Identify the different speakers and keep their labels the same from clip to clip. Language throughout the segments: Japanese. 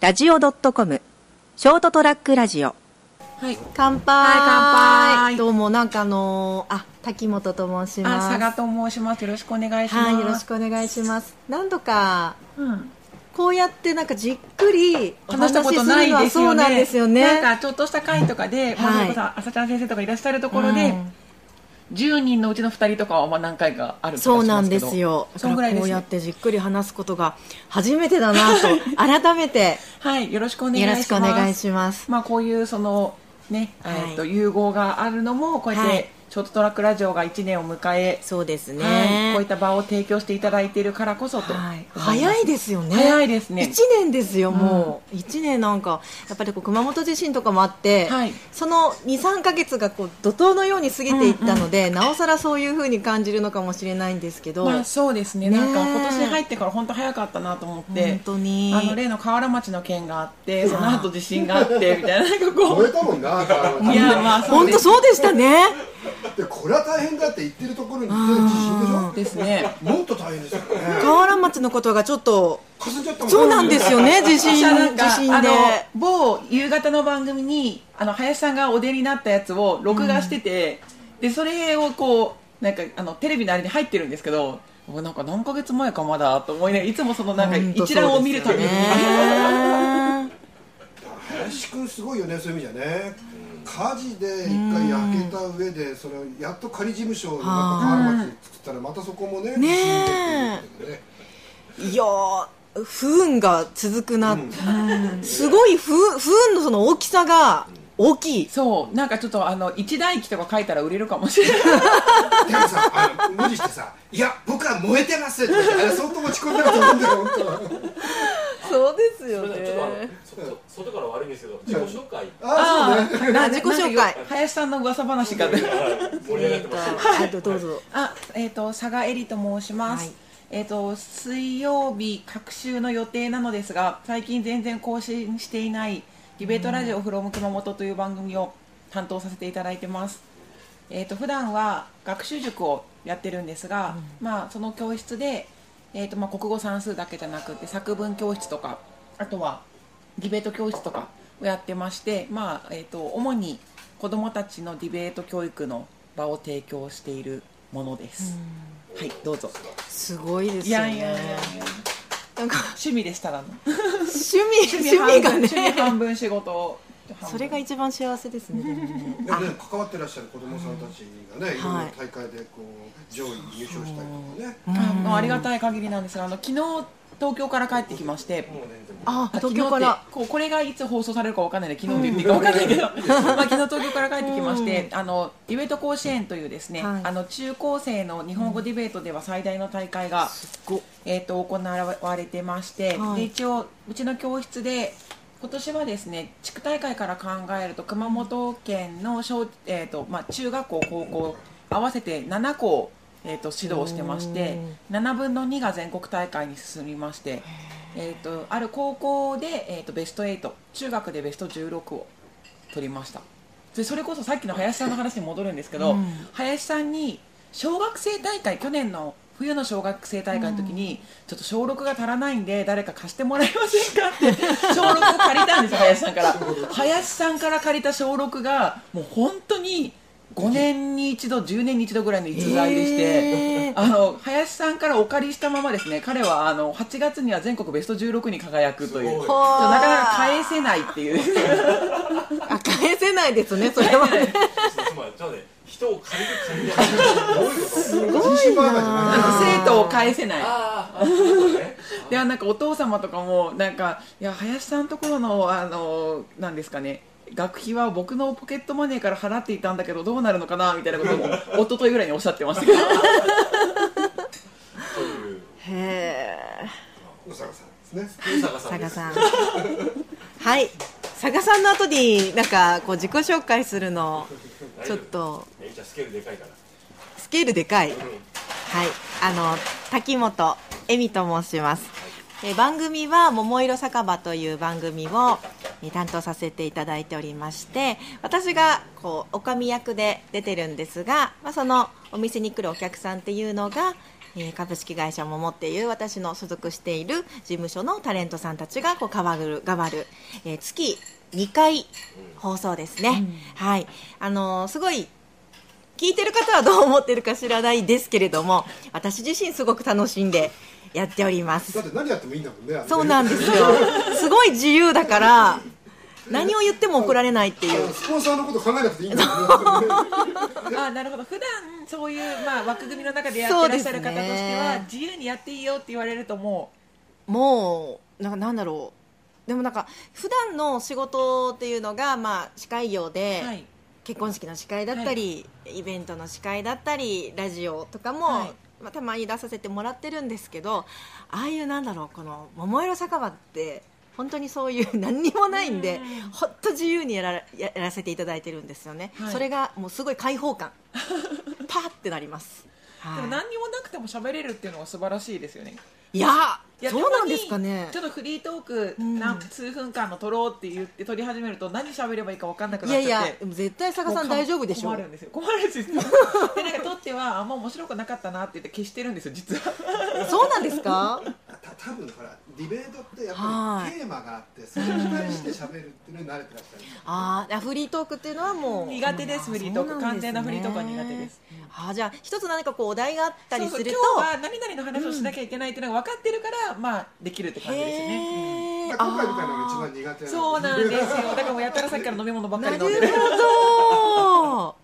Speaker 1: ST-radio.com ショートトラックラジオ
Speaker 2: はい。
Speaker 3: 乾杯、
Speaker 2: はい乾杯
Speaker 3: どうもなんかあのーあ滝本と申し
Speaker 2: あ、
Speaker 3: ます
Speaker 2: 佐賀と申します。よろしくお願いします。
Speaker 3: はいよろしくお願いします何度か
Speaker 2: うん。
Speaker 3: こうやってなんかじっくりお
Speaker 2: 話したこ
Speaker 3: す
Speaker 2: と
Speaker 3: るのは
Speaker 2: ないですよね。
Speaker 3: そうなんですよね
Speaker 2: なんかちょっとした会とか
Speaker 3: は
Speaker 2: で、
Speaker 3: い
Speaker 2: まあそれこそ浅ちゃん先生とかいらっしゃるところで、
Speaker 3: うん
Speaker 2: 10人のうちの2人とかはまあ何回かある気がしますけど
Speaker 3: そうなんですよだ
Speaker 2: そ
Speaker 3: か
Speaker 2: んぐら
Speaker 3: ら
Speaker 2: いで
Speaker 3: こう
Speaker 2: すね、
Speaker 3: やってじっくり話すことが初めてだ なと改めて
Speaker 2: はい、よろしくお願いし
Speaker 3: よ
Speaker 2: ま
Speaker 3: ろ
Speaker 2: す。
Speaker 3: しくお願いします
Speaker 2: まあこういうそのね、
Speaker 3: はい
Speaker 2: えっと融合があるのもこうやっ
Speaker 3: は
Speaker 2: て
Speaker 3: い
Speaker 2: ショートトラックラジオが1年を迎え、
Speaker 3: そうですね、
Speaker 2: はい、こういった場を提供していただいているからこそと、
Speaker 3: はい早いですよね
Speaker 2: 早いですね。
Speaker 3: 1年ですよ、もう1年なんかやっぱりこう熊本地震とかもあって、
Speaker 2: はい
Speaker 3: その23か月がこう怒涛のように過ぎていったので、なおさらそういうふうに感じるのかもしれないんですけど、
Speaker 2: まあそうですね
Speaker 3: ねえ
Speaker 2: なんか今年入ってから本当早かったなと思って
Speaker 3: 本当に
Speaker 2: あの例の河原町の件があってその後地震があってみたいななんか こ
Speaker 4: 燃えたもんな、川
Speaker 2: うい
Speaker 4: の
Speaker 2: やまあそう
Speaker 3: 本
Speaker 2: で
Speaker 3: 当
Speaker 2: す
Speaker 3: そうでしたね
Speaker 4: でこれは大変だって言ってるところに行ってる地震でしょ
Speaker 2: ですね
Speaker 4: もっと大変ですよね
Speaker 3: 河原町のことがちょっと
Speaker 4: かすんじゃったもん
Speaker 3: そうなんですよね地
Speaker 2: 私
Speaker 3: 震
Speaker 2: はなん
Speaker 3: 地
Speaker 2: か
Speaker 3: 震
Speaker 2: あ
Speaker 3: で
Speaker 2: の某夕方の番組にあの林さんがお出になったやつを録画してて、でそれをこうなんかあのテレビのあれに入ってるんですけどおなんか何ヶ月前かまだと思いながらいつもそのなんか一覧を見るたびに、
Speaker 3: 本当そうです よね
Speaker 4: 林くんすごいよねそういう意味じゃね火事で一回焼けた上でそれをやっと仮事務所をやっぱ河原町に作ったらまたそこもね地震でっていうね
Speaker 3: いやー不運が続くな、すごい不不運のその大きさが大きい
Speaker 2: そうなんかちょっとあの一大機とか書いたら売れるかもしれない
Speaker 4: でもさあの無理してさ「いや僕は燃えてます」って言 ってあれ相当落ち込んでると思うんだよ本当は
Speaker 3: そうですよ
Speaker 5: ちょっとあのそそ外から悪いんですけど自己紹介
Speaker 4: ああそうね
Speaker 3: あ自己紹介
Speaker 2: 林さんの噂話がね
Speaker 5: 盛り上がってます
Speaker 3: はい、あとどうぞ。
Speaker 2: あ、えっ、と佐賀えりと申します。
Speaker 3: はい
Speaker 2: えっ、と水曜日各週の予定なのですが、最近全然更新していないディベートラジオフロム熊本という番組を担当させていただいてます。えっ、と普段は学習塾をやってるんですが、まあその教室でえっ、とまあ国語算数だけじゃなくて作文教室とか、あとはディベート教室とかをやってまして、まあえー、と主に子どもたちのディベート教育の場を提供しているものです。はいどうぞ。
Speaker 3: すごいです
Speaker 2: い
Speaker 3: よ
Speaker 2: や
Speaker 3: ね。
Speaker 2: いやいやいや、
Speaker 3: なんか
Speaker 2: 趣味でしたらの。
Speaker 3: 趣味趣味が
Speaker 2: 趣味
Speaker 3: ね、
Speaker 2: 半分仕事。
Speaker 3: それが一番幸せですね。でもね
Speaker 4: でもね、関わってらっしゃる子どもさんたちがね、いろいろ大会でこう上位入賞したりとかね、
Speaker 2: あのありがたい限りなんですが、あの昨日東京から帰ってきまして。
Speaker 4: もうね、でも
Speaker 3: あ、
Speaker 2: あ
Speaker 3: 東京から。
Speaker 2: 昨日ってこうこれがいつ放送されるかわかんないので昨日で言っていいかわかんない けど、まあ、昨日東京から帰ってきまして、あのディベート甲子園というですね、
Speaker 3: はい
Speaker 2: あの中高生の日本語ディベートでは最大の大会が、
Speaker 3: ご
Speaker 2: えー、と行われてまして、
Speaker 3: はい
Speaker 2: で一応うちの教室で今年はですね地区大会から考えると熊本県の小、えーとまあ、中学校高校合わせて7校、えー、と指導してまして7分の2が全国大会に進みまして、えー、とある高校で、えー、とベスト8中学でベスト16を取りましたでそれこそさっきの林さんの話に戻るんですけど、林さんに小学生大会去年の冬の小学生大会の時に、ちょっと小6が足らないんで誰か貸してもらえませんかって 小6を借りたんですよ林さん から林さんから借りた小6がもう本当に5年に一度10年に一度ぐらいの逸材でして、
Speaker 3: へー
Speaker 2: あの林さんからお借りしたままですね彼はあの8月には全国ベスト16に輝くという
Speaker 5: すごい
Speaker 2: ちょっとなかなか返せないっていう
Speaker 3: あ、返せないですね、それはね。
Speaker 5: つまりちょっとね人を借りる借りない
Speaker 4: 人種バーガーじゃない
Speaker 3: あー
Speaker 2: 生徒を返せない
Speaker 5: ああそうだね
Speaker 2: でなんかお父様とかもなんかいや林さんところのあのなんですかね学費は僕のポケットマネーから払っていたんだけどどうなるのかなみたいなことも一昨日ぐらいにおっしゃってましたけど
Speaker 5: そういう
Speaker 3: へえ。
Speaker 4: 小坂さんですね。
Speaker 5: 佐賀さ
Speaker 3: 佐
Speaker 5: んで
Speaker 3: 賀
Speaker 5: す
Speaker 3: さん。はい。佐賀さんの後になんかこう自己紹介するのちょっと
Speaker 5: めっちゃスケールでかいから
Speaker 3: スケールでかい。はい、あの滝本恵美と申します。えー番組は「桃色酒場」という番組をえー担当させていただいておりまして私がこうおかみ役で出てるんですが、まあ、そのお店に来るお客さんっていうのが、えー株式会社も持っている私の所属している事務所のタレントさんたちがこう変わる変わる、えー月2回放送ですね、はいあのーすごい聞いてる方はどう思ってるか知らないですけれども私自身すごく楽しんでやっております
Speaker 4: だって何やってもいいんだもんねあれね
Speaker 3: そうなんですよ。すごい自由だから、何を言っても怒られないっていう。
Speaker 4: スポンサーのこと考えなくていいんだもん ね
Speaker 2: あなるほど普段そういう、まあ、枠組みの中でやってらっしゃ
Speaker 3: そう
Speaker 2: る方とし
Speaker 3: です
Speaker 2: て
Speaker 3: ね
Speaker 2: は、自由にやっていいよって言われるとも
Speaker 3: もう、なんかなんだろう。でもなんか、普段の仕事っていうのが、まあ、司会業
Speaker 2: う、
Speaker 3: で、
Speaker 2: はい、
Speaker 3: 結婚式の司会だったり、イベントの司会だったり、ラジオとかも、
Speaker 2: はい
Speaker 3: まあ、たまに出させてもらってるんですけど、ああいうなんだろう、この、桃色酒場って、本当にそういう何にもないんで
Speaker 2: うん、
Speaker 3: ほんと自由にやらややらせていただいてるんですよね。
Speaker 2: はい
Speaker 3: それがもうすごい開放 感。パーってなります。
Speaker 2: でも
Speaker 3: はい
Speaker 2: 何にもなくても喋れるっていうのが素晴らしいですよね
Speaker 3: いや
Speaker 2: いや
Speaker 3: そうなんですかね
Speaker 2: たまにちょっとフリートーク、
Speaker 3: ん
Speaker 2: なん数分間の撮ろうって言って撮り始めると何喋ればいいか分かんなく
Speaker 3: い
Speaker 2: なっちゃ
Speaker 3: や
Speaker 2: って
Speaker 3: いやでも絶対佐賀さん大丈夫でしょ
Speaker 2: 困るんですよ困るんですよ でなんか撮ってはあんま面白くなかったなって言って消してるんですよ実は
Speaker 3: そうなんですか
Speaker 4: た多分ほらディベートってやっ
Speaker 3: は
Speaker 4: ぱ
Speaker 3: い
Speaker 4: りテーマがあってそれに対して喋るっていうのに慣れてらっしゃる
Speaker 3: あーフリートークっていうのはもう
Speaker 2: 苦手です
Speaker 3: あ
Speaker 2: フリートーク
Speaker 3: そうなんですね
Speaker 2: 完全なフリートークは苦手です
Speaker 3: あーじゃあ一つ何かこうお題があったりす
Speaker 2: そう
Speaker 3: ると
Speaker 2: そう今日は何々の話をしなきゃいけないっていうのが分かってるから、まあできるって感じですよね
Speaker 3: へー
Speaker 4: 今回みたいなのが一番苦手な
Speaker 2: そうなんですよだからもうやたらさっきから飲み物ばっかり飲んで
Speaker 3: な
Speaker 2: る
Speaker 3: るほど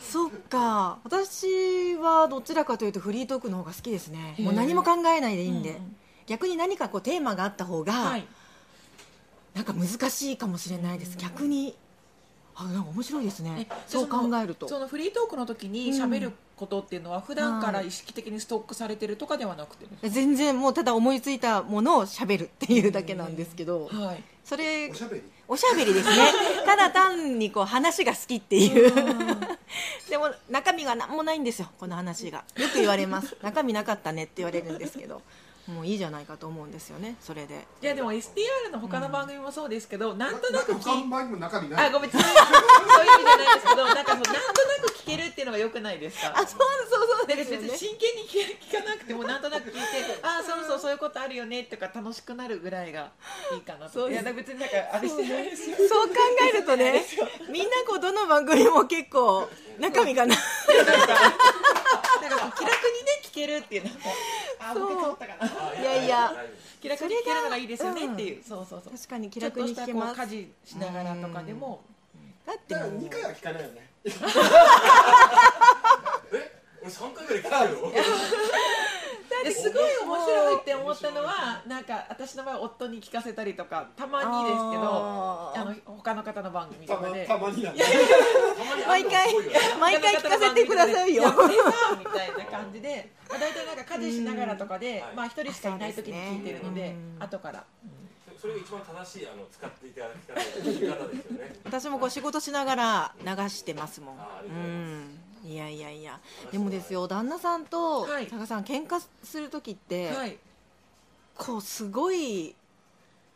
Speaker 3: そっか私はどちらかというとフリートークの方が好きですねもう何も考えないでいいんで、
Speaker 2: うんうん
Speaker 3: 逆に何かこうテーマがあった方が、
Speaker 2: はい
Speaker 3: なんか難しいかもしれないです逆にあなんか面白いですねそう考えると
Speaker 2: そのフリートークの時に喋ることっていうのは普段から意識的にストックされてるとかではなくてです
Speaker 3: 全然もうただ思いついたものを喋るっていうだけなんですけど、
Speaker 2: はい
Speaker 3: それ
Speaker 4: おしゃべり
Speaker 3: おしゃべり ですねただ単にこう話が好きっていう でも中身が何もないんですよこの話がよく言われます中身なかったねって言われるんですけどもういいじゃないかと思うんですよねそれで
Speaker 2: いやでも STR の他の番組もそうですけど、なんとな
Speaker 4: なん
Speaker 2: く
Speaker 4: か
Speaker 2: 聞
Speaker 4: 看
Speaker 2: い
Speaker 4: 板にも中身ない
Speaker 2: あごめんそういうそういう意味じゃないですけどなんかそうなんとなく聞けるっていうのが良くないですか
Speaker 3: あそうそうそう
Speaker 2: で
Speaker 3: です
Speaker 2: 別
Speaker 3: よ
Speaker 2: に
Speaker 3: ね
Speaker 2: 真剣に聞け聞かなくてもなんとなく聞いてああそうそうそういうことあるよねとか楽しくなるぐらいがいいかな
Speaker 3: そ
Speaker 2: と
Speaker 3: う
Speaker 2: い
Speaker 3: です
Speaker 2: やだから別になんかあれしてないですよ
Speaker 3: そう考えるとねみんなこうどの番組も結構中身がない
Speaker 2: なんかこう気楽にね聞けるっていうなんかあ
Speaker 3: そう
Speaker 2: 僕通ったかない
Speaker 3: やいや
Speaker 2: 気楽に聞けるのがいいですよねっていうそうそうそう
Speaker 3: 確かに気
Speaker 2: ちょっ
Speaker 3: 楽
Speaker 2: と
Speaker 3: に
Speaker 2: し
Speaker 3: 聞
Speaker 2: た
Speaker 3: け
Speaker 2: こ
Speaker 3: ま
Speaker 2: う
Speaker 3: すだ
Speaker 2: 家事しながらとかでも
Speaker 3: って
Speaker 4: だから
Speaker 3: もう
Speaker 4: 2回は聞かないよね
Speaker 5: え俺三回ぐらい聞くよ
Speaker 2: ですごい面白いって思ったのはなんか私の場合夫に聞かせたりとかたまにですけど
Speaker 3: あー
Speaker 2: あの他の方の番組と
Speaker 4: たま
Speaker 2: かで
Speaker 4: たまになんで
Speaker 5: たま
Speaker 3: 毎
Speaker 5: にあるの
Speaker 3: 回
Speaker 5: すごいよね
Speaker 3: 毎回聞かせてくださいよ
Speaker 2: やってさみたいな感じで、まあ、大体なんか家事しながらとかで
Speaker 5: う、ん
Speaker 2: まあ一人しかいない時に聞いてる
Speaker 3: そ
Speaker 2: ので
Speaker 3: うですねうん
Speaker 2: 後から
Speaker 5: それが一番正しいあの使っていただき方聞き方ですよね
Speaker 3: 私もこう仕事しながら流してますもん
Speaker 5: あーありがとうござい
Speaker 3: う
Speaker 5: ま
Speaker 3: んいやいやいやでもですよ旦那さんと
Speaker 2: はい
Speaker 3: 佐賀さん喧嘩する時って、
Speaker 2: はい
Speaker 3: こうすごい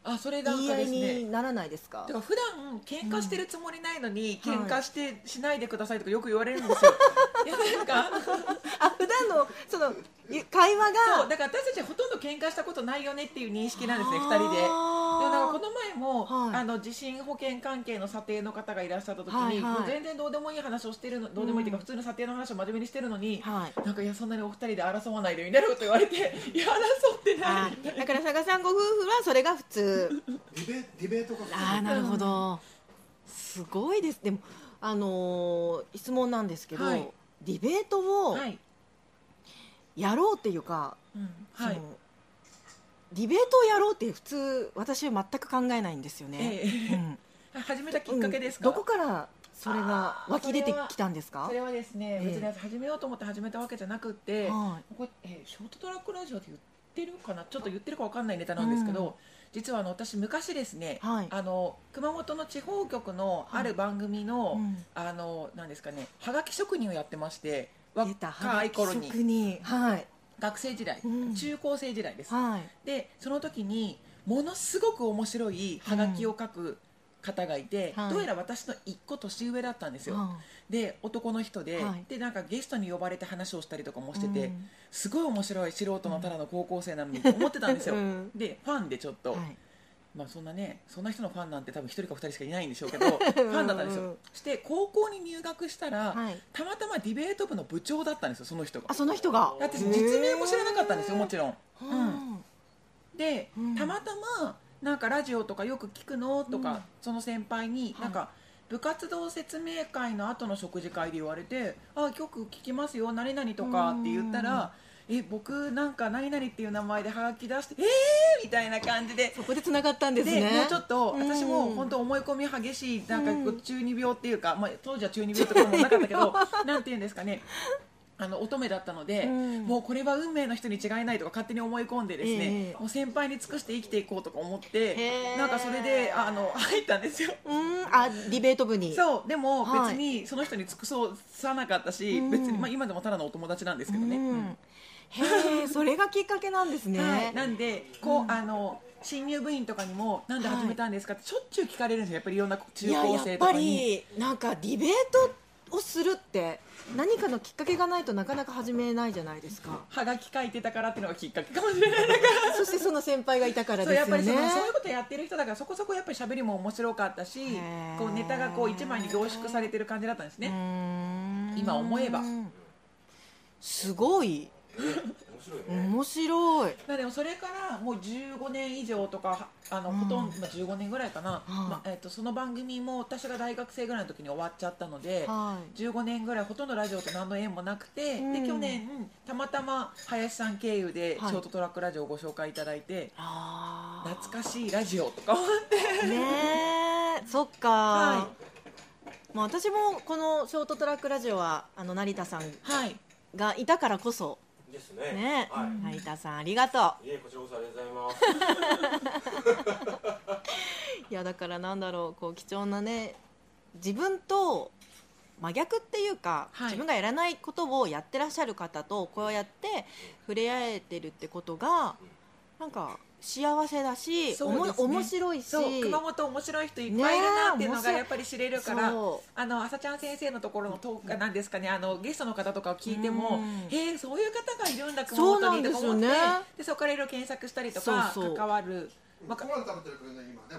Speaker 2: あそれなん
Speaker 3: 言い
Speaker 2: か
Speaker 3: 合
Speaker 2: で
Speaker 3: い
Speaker 2: すね
Speaker 3: にならないですか
Speaker 2: だから普段喧嘩してるつもりないのに、
Speaker 3: うん
Speaker 2: 喧嘩してしないでくださいとかよく言われるんですよ。いやなんか
Speaker 3: あ普段のそのゆ会話
Speaker 2: そ
Speaker 3: が
Speaker 2: うだから私たちほとんど喧嘩したことないよねっていう認識なんですね
Speaker 3: あ
Speaker 2: 2
Speaker 3: ー
Speaker 2: 人で。でもなんかこの前も、
Speaker 3: はい
Speaker 2: あの地震保険関係の査定の方がいらっしゃった時に、
Speaker 3: はいはい
Speaker 2: もう全然どうでもいい話をしてるのどうでもいいっていうか、普通の査定の話を真面目にしてるのに、
Speaker 3: はい
Speaker 2: なんかいやそんなにお二人で争わないでみたいなこと 言われていや争ってな
Speaker 3: あ
Speaker 2: いみたい
Speaker 3: ー
Speaker 2: な
Speaker 3: だから佐賀さんご夫婦はそれが普通
Speaker 4: ディベディベートが
Speaker 3: ああなるほどすごいですでもあのー質問なんですけど、
Speaker 2: はい
Speaker 3: ディベートを
Speaker 2: はい、
Speaker 3: やろうっていうか、
Speaker 2: うんはい
Speaker 3: そのディベートをやろうって普通私は全く考えないんですよね、
Speaker 2: ええ
Speaker 3: うん
Speaker 2: 始めたきっかけですか、
Speaker 3: うんどこからそれが湧き出てきたんですか
Speaker 2: それはですね
Speaker 3: ええ
Speaker 2: 別に始めようと思って始めたわけじゃなくって、
Speaker 3: はい
Speaker 2: ここえーショートトラックラジオで言ってるかなちょっと言ってるかわかんないネタなんですけど、
Speaker 3: うん
Speaker 2: 実はあの私昔ですね、
Speaker 3: はい
Speaker 2: あの熊本の地方局のある番組の、
Speaker 3: うん
Speaker 2: あのなんですかねはがき職人をやってまして若
Speaker 3: 出た
Speaker 2: い頃に
Speaker 3: 職人はい
Speaker 2: 学生時代、
Speaker 3: うん
Speaker 2: 中高生時代です、
Speaker 3: はい
Speaker 2: でその時にものすごく面白いはがきを書く方がいて、
Speaker 3: はい
Speaker 2: どうやら私の1個年上だったんですよ、
Speaker 3: は
Speaker 2: で男の人で,、
Speaker 3: はい
Speaker 2: でなんかゲストに呼ばれて話をしたりとかもしてて、
Speaker 3: うん
Speaker 2: すごい面白い素人のただの高校生なのにと思ってたんです よ、
Speaker 3: うん
Speaker 2: でファンでちょっと、
Speaker 3: はい
Speaker 2: まあそんなねそんな人のファンなんて多分一人か二人しかいないんでし ょうけどファンだったんです
Speaker 3: うんう
Speaker 2: よ
Speaker 3: ん
Speaker 2: して高校に入学したら、
Speaker 3: はい
Speaker 2: たまたまディベート部の部長だったんですよその人が
Speaker 3: あその人が
Speaker 2: だって実名も知らなかったんですよもちろん、
Speaker 3: うん
Speaker 2: うん、で、
Speaker 3: うん
Speaker 2: たまたまなんかラジオとかよく聞くのとか、その先輩に
Speaker 3: はい
Speaker 2: なんか、部活動説明会の後の食事会で言われて「あ曲聞きますよ何々とか」って言ったら「え僕なんか何々っていう名前でハガキ出してえー!」みたいな感じで
Speaker 3: そこで繋がったんです
Speaker 2: で
Speaker 3: ね
Speaker 2: もうちょっと
Speaker 3: うん
Speaker 2: 私も本当思い込み激しいなんかこ
Speaker 3: う
Speaker 2: う中二病っていうか、まあ、当時は中二病とかもなかったけどなんていうんですかねあの乙女だったので、
Speaker 3: うん
Speaker 2: もうこれは運命の人に違いないとか勝手に思い込んでですね
Speaker 3: え、え
Speaker 2: もう先輩に尽くして生きていこうとか思っ
Speaker 3: へ
Speaker 2: て
Speaker 3: ー
Speaker 2: なんかそれであの入ったんですよ。
Speaker 3: うんあディベート部に
Speaker 2: そうでも
Speaker 3: はい
Speaker 2: 別にその人に尽くそうさなかったし、
Speaker 3: うん
Speaker 2: 別に、まあ、今でもただのお友達なんですけどね。
Speaker 3: う
Speaker 2: うん
Speaker 3: んへえそれがきっかけなんですね、
Speaker 2: はい、なんでこう、あの新入部員とかにもなんで始めたんですかってしょっちゅう聞かれるんですよやっぱりいろんな中
Speaker 3: いや
Speaker 2: 高
Speaker 3: やっ
Speaker 2: 生と
Speaker 3: ぱ
Speaker 2: かに。
Speaker 3: りなんかディベートをするって何かのきっかけがないとなかなか始めないじゃないです か
Speaker 2: はがき書いてたからっていうのがきっかけかもしれないだか
Speaker 3: そしてその先輩がいたから
Speaker 2: ら
Speaker 3: で
Speaker 2: そう
Speaker 3: すよね
Speaker 2: やっぱりそのそういうことやってる人だからそこそこやっぱり喋りも面白かったし
Speaker 3: へー
Speaker 2: こうネタがこう一枚に凝縮されてる感じだったんです
Speaker 3: う
Speaker 2: ね、
Speaker 3: ーん
Speaker 2: 今思えば
Speaker 3: すごい
Speaker 5: 面白いね。
Speaker 3: 面白い
Speaker 2: まあでもそれからもう15年以上とかあの
Speaker 3: うん
Speaker 2: ほとんど、まあ、15年ぐらいかな、
Speaker 3: い
Speaker 2: まあえっとその番組も私が大学生ぐらいの時に終わっちゃったので、
Speaker 3: はい
Speaker 2: 15年ぐらいほとんどラジオと何の縁もなくて、
Speaker 3: うん
Speaker 2: で去年たまたま林さん経由でシ
Speaker 3: はい
Speaker 2: ョートトラックラジオをご紹介いただいて、
Speaker 3: あー
Speaker 2: 懐かしいラジオとか思って
Speaker 3: ねえそっか、
Speaker 2: は
Speaker 3: まあ、私もこのショートトラックラジオはあの成田さん
Speaker 2: はい
Speaker 3: がいたからこそ
Speaker 5: ですね。
Speaker 3: ね、
Speaker 5: は
Speaker 3: 成田さんありがと
Speaker 5: い。いえこちらこそありがとうございます。
Speaker 3: ういやだからなんだろうこう貴重なね自分と真逆っていうか、
Speaker 2: はい
Speaker 3: 自分がやらないことをやってらっしゃる方とこうやって触れ合えてるってことがなんか幸せだし、
Speaker 2: そ
Speaker 3: お
Speaker 2: うで
Speaker 3: も
Speaker 2: すね
Speaker 3: 面白いし
Speaker 2: そう熊本面白い人いっぱいいるなっていうのが
Speaker 3: ねえ
Speaker 2: やっぱり知れるから、
Speaker 3: 面白いそう
Speaker 2: あの朝ちゃん先生のところのトークが何ですかねあのゲストの方とかを聞いても、
Speaker 3: うん
Speaker 2: へえそういう方がいるんだ熊
Speaker 3: そうな
Speaker 2: 本
Speaker 3: ん
Speaker 2: に
Speaker 3: で
Speaker 2: と
Speaker 3: す
Speaker 2: か
Speaker 3: よ
Speaker 2: 思って
Speaker 3: ね
Speaker 2: そでそこからいろいろ検索したりとか
Speaker 3: そうそう
Speaker 2: 関わる、まあ
Speaker 4: ご飯食べてるからね今ね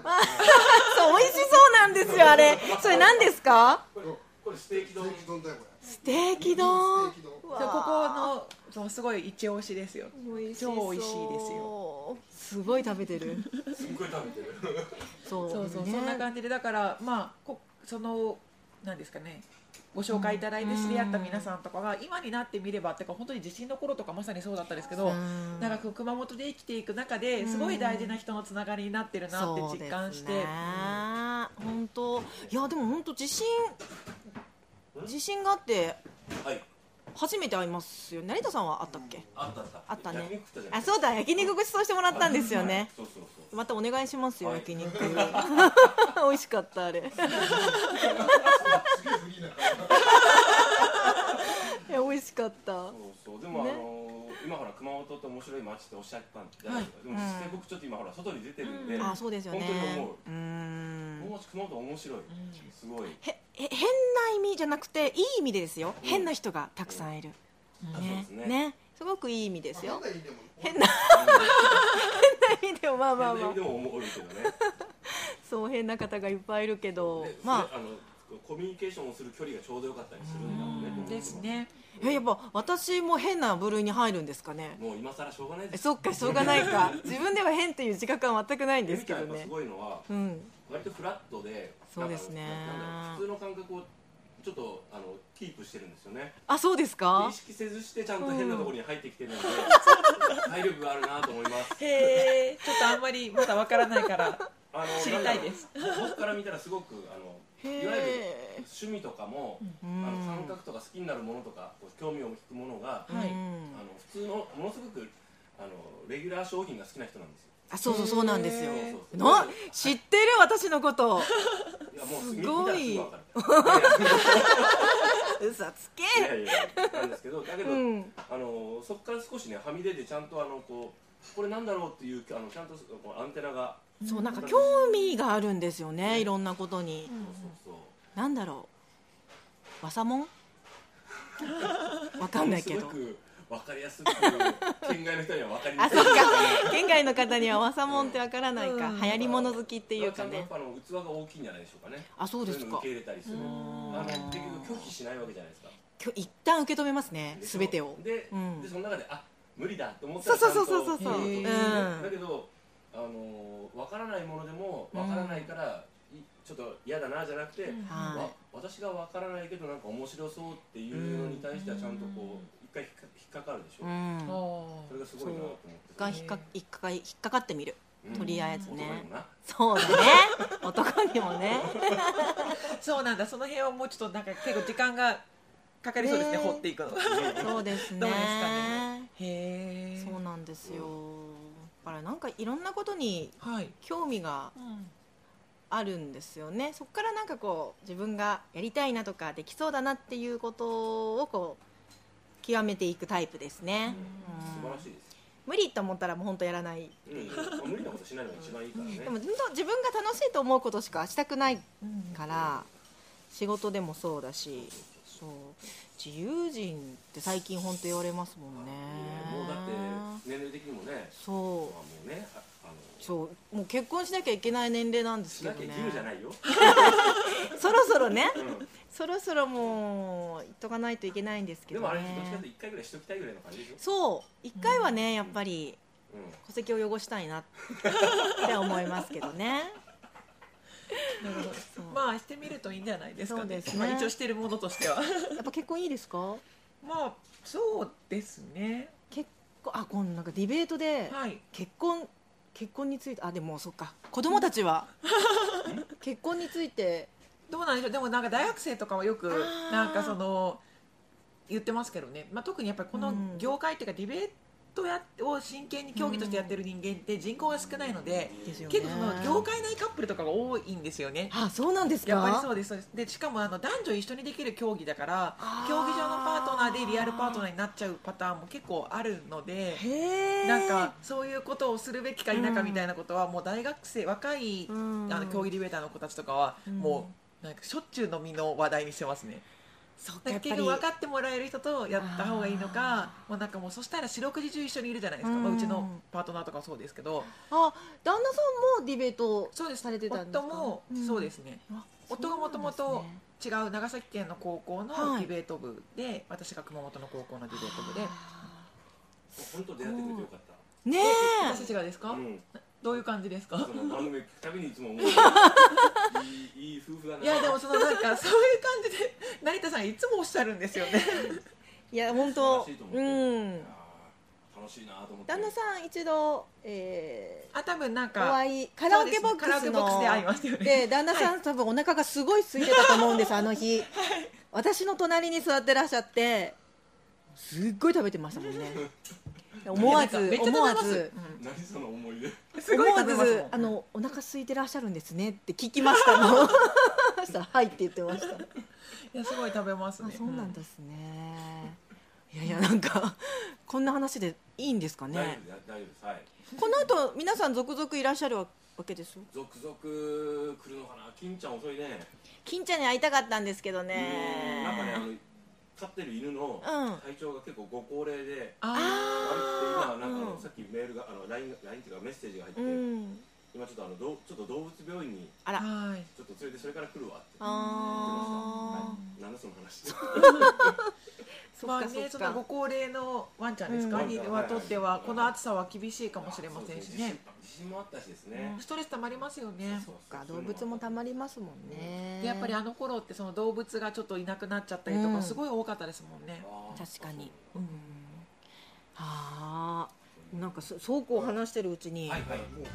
Speaker 3: そう美味しそうなんですよあれそれ何ですか
Speaker 5: これこれステーキ丼。
Speaker 4: ステーキ丼だよこれ
Speaker 3: ステーキ丼
Speaker 4: ステーキ丼
Speaker 3: う
Speaker 2: そ
Speaker 3: わ
Speaker 2: うここのそうすごい一押しですよ
Speaker 3: 美味し
Speaker 2: 超美味しいですよ
Speaker 3: よすごい食べてる
Speaker 5: すっごい食べてる。
Speaker 3: そう
Speaker 2: そうそう、
Speaker 3: ね
Speaker 2: そんな感じでだからまあこそのなんですかねご紹介いただいて知り合った皆さんとかが今になってみればってか本当に地震の頃とかまさにそうだったんですけど
Speaker 3: うん
Speaker 2: 長く熊本で生きていく中ですごい大事な人のつながりになってるなって実感し
Speaker 3: そ
Speaker 2: て、
Speaker 3: うですね本当いやでも本当自信自信があって
Speaker 5: はい。
Speaker 3: 初めて会いますよね成田さんはあったっけ
Speaker 5: あったあった。
Speaker 3: あったね
Speaker 5: 焼肉食ったじゃん
Speaker 3: あそうだ焼肉ごちそうしてもらったんですよね
Speaker 5: そうそうそう。
Speaker 3: またお願いしますよ
Speaker 5: はい
Speaker 3: 焼 肉美味しかったあ れい
Speaker 4: すげえフリーな
Speaker 3: や美味しかった
Speaker 5: そうそうでも、
Speaker 3: ね
Speaker 5: あのー今ほら熊本って面白い街っておっしゃったんじゃないですか、でも実際僕ちょっと今ほら外に出てるんで、
Speaker 3: あそうですよね
Speaker 5: 本当に思う
Speaker 3: うーん
Speaker 5: もう熊本面白い、すごい
Speaker 3: へへ変な意味じゃなくていい意味でですよ変な人がたくさんいる、
Speaker 5: あそう
Speaker 3: ね
Speaker 5: ですね
Speaker 3: ねすごくいい意味ですよ
Speaker 4: 変な意味でも
Speaker 3: 変な変な 意味でも まあまあ
Speaker 5: 全
Speaker 3: ま
Speaker 5: 然
Speaker 3: あ
Speaker 5: でも思うけどね
Speaker 3: そう変な方がいっぱいいるけど
Speaker 5: で
Speaker 3: ま
Speaker 5: それあのコミュニケーションをする距離がちょうどよかったりするんだろうね
Speaker 2: うんですね
Speaker 3: あえやっぱ私も変な部類に入るんですかね
Speaker 5: もう今更しょうがないで
Speaker 3: え
Speaker 5: す
Speaker 3: そっかしょうがないか自分では変っていう自覚は全くないんですけど
Speaker 5: エミちゃんやっぱ
Speaker 3: ね
Speaker 5: すごいのは、
Speaker 3: うん
Speaker 5: 割とフラットで
Speaker 3: そうですね
Speaker 5: なんかなんだろう普通の感覚をちょっとあのキープしてるんですよね
Speaker 3: あそうです
Speaker 5: で
Speaker 3: か
Speaker 5: 意識せずしてちゃんと変なところに入ってきてるので、体力があるなと思います
Speaker 2: へえちょっとあんまりまだわからないから
Speaker 5: あの
Speaker 2: 知りたいです
Speaker 5: なんか僕から見たらすごくあの
Speaker 3: へー
Speaker 5: いわゆる趣味とかも、
Speaker 3: うん
Speaker 5: あの感覚とか好きになるものとかこう興味を引くものが、
Speaker 2: は
Speaker 3: う
Speaker 2: い
Speaker 5: あ
Speaker 3: ん
Speaker 5: の普通のものすごくあのレギュラー商品が好きな人なんですよ。
Speaker 3: あそうそうそうなんですよ
Speaker 5: へー
Speaker 3: な知ってる私のこと
Speaker 5: いやもう
Speaker 3: す
Speaker 5: 見
Speaker 3: ごい
Speaker 5: 見たらすぐ分か
Speaker 3: 嘘つけ
Speaker 5: る。いやいやいやいやなんですけどだけど、
Speaker 3: うん
Speaker 5: あのそこから少しねはみ出てちゃんとあのこうこれなんだろうっていうあのちゃんとこうアンテナが
Speaker 3: そうなんか興味があるんですよねいろんなことに
Speaker 5: そうそう
Speaker 3: なんだろうわさもんわか
Speaker 5: そうん
Speaker 3: ないけ
Speaker 5: す
Speaker 3: ど
Speaker 5: ごくわかりやすく県外の人にはわかりにくい
Speaker 3: あそっか県外の方にはわさもんってわからないか流行り物好きっていうか
Speaker 5: やっ
Speaker 3: ね
Speaker 5: ぱあの器が大きいんじゃないでしょうかね
Speaker 3: あそうです
Speaker 5: いうの
Speaker 3: か
Speaker 5: 受け入れたりするあの結局拒否しないわけじゃないですか
Speaker 3: 今日一旦受け止めますね
Speaker 5: でしょ
Speaker 3: すべてを
Speaker 5: で,、
Speaker 3: うん
Speaker 5: でその中であ無理だと思った
Speaker 3: そう
Speaker 5: ら
Speaker 3: そうそうそうそう
Speaker 5: ち
Speaker 3: そ
Speaker 5: ゃ
Speaker 3: う、
Speaker 5: んと
Speaker 3: うん
Speaker 2: へ、
Speaker 5: だけどあのわからないものでもわからないから、いちょっと嫌だなじゃなくて、わ
Speaker 3: は
Speaker 5: 私がわからないけどなんか面白そうっていうのに対してはちゃんとこう一回引っか引っかかるでし
Speaker 3: い、
Speaker 5: ょ、
Speaker 3: うん、
Speaker 2: あ
Speaker 3: 一
Speaker 5: それがすごいなと思って
Speaker 3: 回引っか一回引っかかってみる
Speaker 5: うん
Speaker 3: とりあえず
Speaker 5: 男に
Speaker 3: ね
Speaker 5: もな
Speaker 3: そうだね男にもね
Speaker 2: そうなんだその辺はもうちょっとなんか結構時間がかかりそうですね
Speaker 3: ね
Speaker 2: 掘っていくのが
Speaker 3: そうですね
Speaker 2: どうですかねへえ
Speaker 3: そうなんですよだからなんかいろんなことに
Speaker 2: はい、
Speaker 3: 興味があるんですよねそこからなんかこう自分がやりたいなとかできそうだなっていうことをこう極めていくタイプですね、うん
Speaker 5: 素晴らしいです、
Speaker 3: 無理と思ったらもう本当やらない
Speaker 5: うんまあ無理なことしないのが一番いいからね、
Speaker 3: でも本当自分が楽しいと思うことしかしたくない
Speaker 2: うん
Speaker 3: から仕事でもそうだしそう自由人って最近本当言われますもんね
Speaker 5: もうだって年齢的にもね、
Speaker 3: そ
Speaker 5: まあもうね、ああの
Speaker 3: うそうもう結婚しなきゃいけない年齢なんです
Speaker 5: し
Speaker 3: け
Speaker 5: な
Speaker 3: ど
Speaker 5: きゃ
Speaker 3: ね
Speaker 5: 義務じゃないよ。
Speaker 3: そろそろね
Speaker 5: うん
Speaker 3: そろそろもう言っとかないといけないんですけ
Speaker 5: で
Speaker 3: ど
Speaker 5: もあれ
Speaker 3: ね
Speaker 5: どっちかっていうと一回ぐらいしときたいぐらいの感じでしょ。
Speaker 3: そう一回はねやっぱり
Speaker 5: う
Speaker 3: 戸籍を汚したいなって思いますけどね
Speaker 2: なるほど
Speaker 3: そう
Speaker 2: まあしてみるといいんじゃないですかね
Speaker 3: そうですね
Speaker 2: まあ、一応してるものとしては
Speaker 3: やっぱ結婚いいですか
Speaker 2: まあそうですね
Speaker 3: 結婚あこのなんかディベートで
Speaker 2: はい
Speaker 3: 結婚結婚についてあでもそっか子供たち は結婚について
Speaker 2: どうなんでしょうでもなんか大学生とかはよく
Speaker 3: あー
Speaker 2: なんかその言ってますけどね、まあ、特にやっぱりこ
Speaker 3: う
Speaker 2: の
Speaker 3: ん
Speaker 2: 業界っていうかディベートやを真剣に競技としてやってる人間って人口が少ないので
Speaker 3: ですよね
Speaker 2: 結構その業界内カップルとかが多いんですよね。
Speaker 3: あそうなんですか
Speaker 2: やっぱりそうですそうですでしかもあの男女一緒にできる競技だから
Speaker 3: あー
Speaker 2: 競技場のパートナーでリアルパートナーになっちゃうパターンも結構あるので
Speaker 3: へえ
Speaker 2: なんかそういうことをするべきか否かみたいなことはもう大学生若い
Speaker 3: うん
Speaker 2: あの競技ディベーターの子たちとかは
Speaker 3: うん
Speaker 2: もうなんかしょっちゅう飲みの話題にしてますね。
Speaker 3: そっか
Speaker 2: だ
Speaker 3: や
Speaker 2: か
Speaker 3: っぱり
Speaker 2: ら結局分かってもらえる人とやった方がいいのかもうなんかもうそしたら四六時中一緒にいるじゃないですか、
Speaker 3: うん
Speaker 2: まあ、うちのパートナーとかはそうですけど
Speaker 3: あ旦那さんもディベート
Speaker 2: そうです
Speaker 3: されてたんですか
Speaker 2: 夫も
Speaker 3: ん
Speaker 2: そうですね、
Speaker 3: あ
Speaker 2: 夫がもともと違う長崎県の高校の
Speaker 3: はい
Speaker 2: ディベート部で、私が熊本の高校のディベート部で
Speaker 5: ん。本当出会ってくれてよかった。
Speaker 3: ね
Speaker 2: 私た
Speaker 3: え
Speaker 2: ちがですか、
Speaker 5: うん。
Speaker 2: どういう感じですか
Speaker 5: その番組聞くたびにいつも思う。いいいい夫婦だな。
Speaker 2: いやでもそのなんかそういう感じで成田さんいつもおっしゃるんですよね
Speaker 3: いや本当
Speaker 5: 素晴らしいと思
Speaker 3: う
Speaker 5: って
Speaker 3: ん
Speaker 5: あー楽しいなと思って。
Speaker 3: 旦那さん一度えー
Speaker 2: あ多分なん
Speaker 3: お
Speaker 2: か
Speaker 3: 会いカラオケボックスの
Speaker 2: カラオケボックスで会いましたよね
Speaker 3: で 旦那さん、多分お腹がすごい空いてたと思うんですあの日、私の隣に座ってらっしゃってすっごい食べてましたもんね思わず
Speaker 2: いやなんかめっちゃ食べ
Speaker 3: 思わ
Speaker 2: ます
Speaker 3: ず
Speaker 5: 何その思い出。
Speaker 2: すごい食べますもん
Speaker 3: あのお腹空いてらっしゃるんですねって聞きました もんそしたら「はい」って言ってました
Speaker 2: いやすごい食べま
Speaker 3: あ
Speaker 2: すね
Speaker 3: そうなんですね、いやいやなんかこんな話でいいんですか
Speaker 5: 大丈
Speaker 3: ね
Speaker 5: 夫だ大丈夫です。はい。
Speaker 3: この後皆さん続々いらっしゃるわけですよ
Speaker 5: 続々来るのかな。金ちゃん遅いね。
Speaker 3: 金ちゃんに会いたかったんですけど
Speaker 5: うんなんかねあの
Speaker 3: ね
Speaker 5: 飼ってる犬の
Speaker 3: うん
Speaker 5: 体調が結構ご高齢で。
Speaker 2: あ
Speaker 5: あれって今なんかあの
Speaker 3: うん
Speaker 5: さっきメールがあのラインラインっていうかメッセージが入って、
Speaker 3: うん
Speaker 5: 今ちょっとあのどうちょっと動物病院に
Speaker 3: あ
Speaker 2: あ
Speaker 3: ら
Speaker 2: はい
Speaker 5: ちょっと連れてそれから来るわって。
Speaker 3: あ
Speaker 5: はい。なんだその話。
Speaker 3: そ
Speaker 2: ま
Speaker 3: っ
Speaker 2: あ
Speaker 3: かそ
Speaker 2: ね、
Speaker 3: っ
Speaker 2: その
Speaker 3: か
Speaker 2: ご高齢のワンちゃんです
Speaker 3: う
Speaker 2: か、
Speaker 5: ん
Speaker 2: にはとってはこの暑さは厳しいかもしれませんしね
Speaker 5: そうです。自信自信もあったしですね。
Speaker 2: ストレスたまりますよね
Speaker 5: そう
Speaker 3: そっか動物もたまりますもんね
Speaker 2: でやっぱりあの頃ってその動物がちょっといなくなっちゃったりと
Speaker 3: う
Speaker 2: か
Speaker 3: ん
Speaker 2: すごい多かったですもんね、
Speaker 5: あー
Speaker 3: 確かに
Speaker 2: うん
Speaker 3: はあなんかそそうこう話してるうちに
Speaker 5: はいはい。
Speaker 4: もう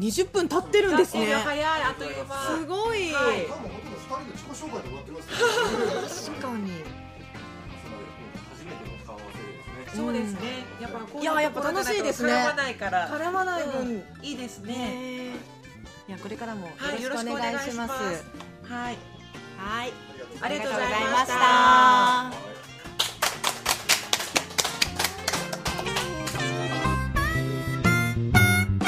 Speaker 3: 20分経ってるんですね
Speaker 2: あ早いあっという
Speaker 3: す
Speaker 2: 間
Speaker 3: ごい
Speaker 2: はい
Speaker 4: 多分本当に二人で自己紹介で終わってます
Speaker 3: 確かに
Speaker 5: 初めての顔合わせですね。
Speaker 2: そうですねやっぱこう
Speaker 3: いややっぱ楽しいですね
Speaker 2: 絡まないから
Speaker 3: 絡まない分
Speaker 2: うんいいですね
Speaker 3: ねいやこれからもよ
Speaker 2: はいよ
Speaker 3: ろ
Speaker 2: ろ
Speaker 3: し
Speaker 2: し
Speaker 3: く
Speaker 2: く
Speaker 3: お
Speaker 2: お
Speaker 3: 願
Speaker 2: 願
Speaker 3: い
Speaker 2: い
Speaker 3: し
Speaker 2: し
Speaker 3: ま
Speaker 2: ますすはい
Speaker 3: はい
Speaker 2: ありがとう
Speaker 3: ありがとうご
Speaker 2: ござい
Speaker 3: ざいま
Speaker 2: ま
Speaker 3: し
Speaker 2: したた
Speaker 5: は
Speaker 6: 「
Speaker 5: い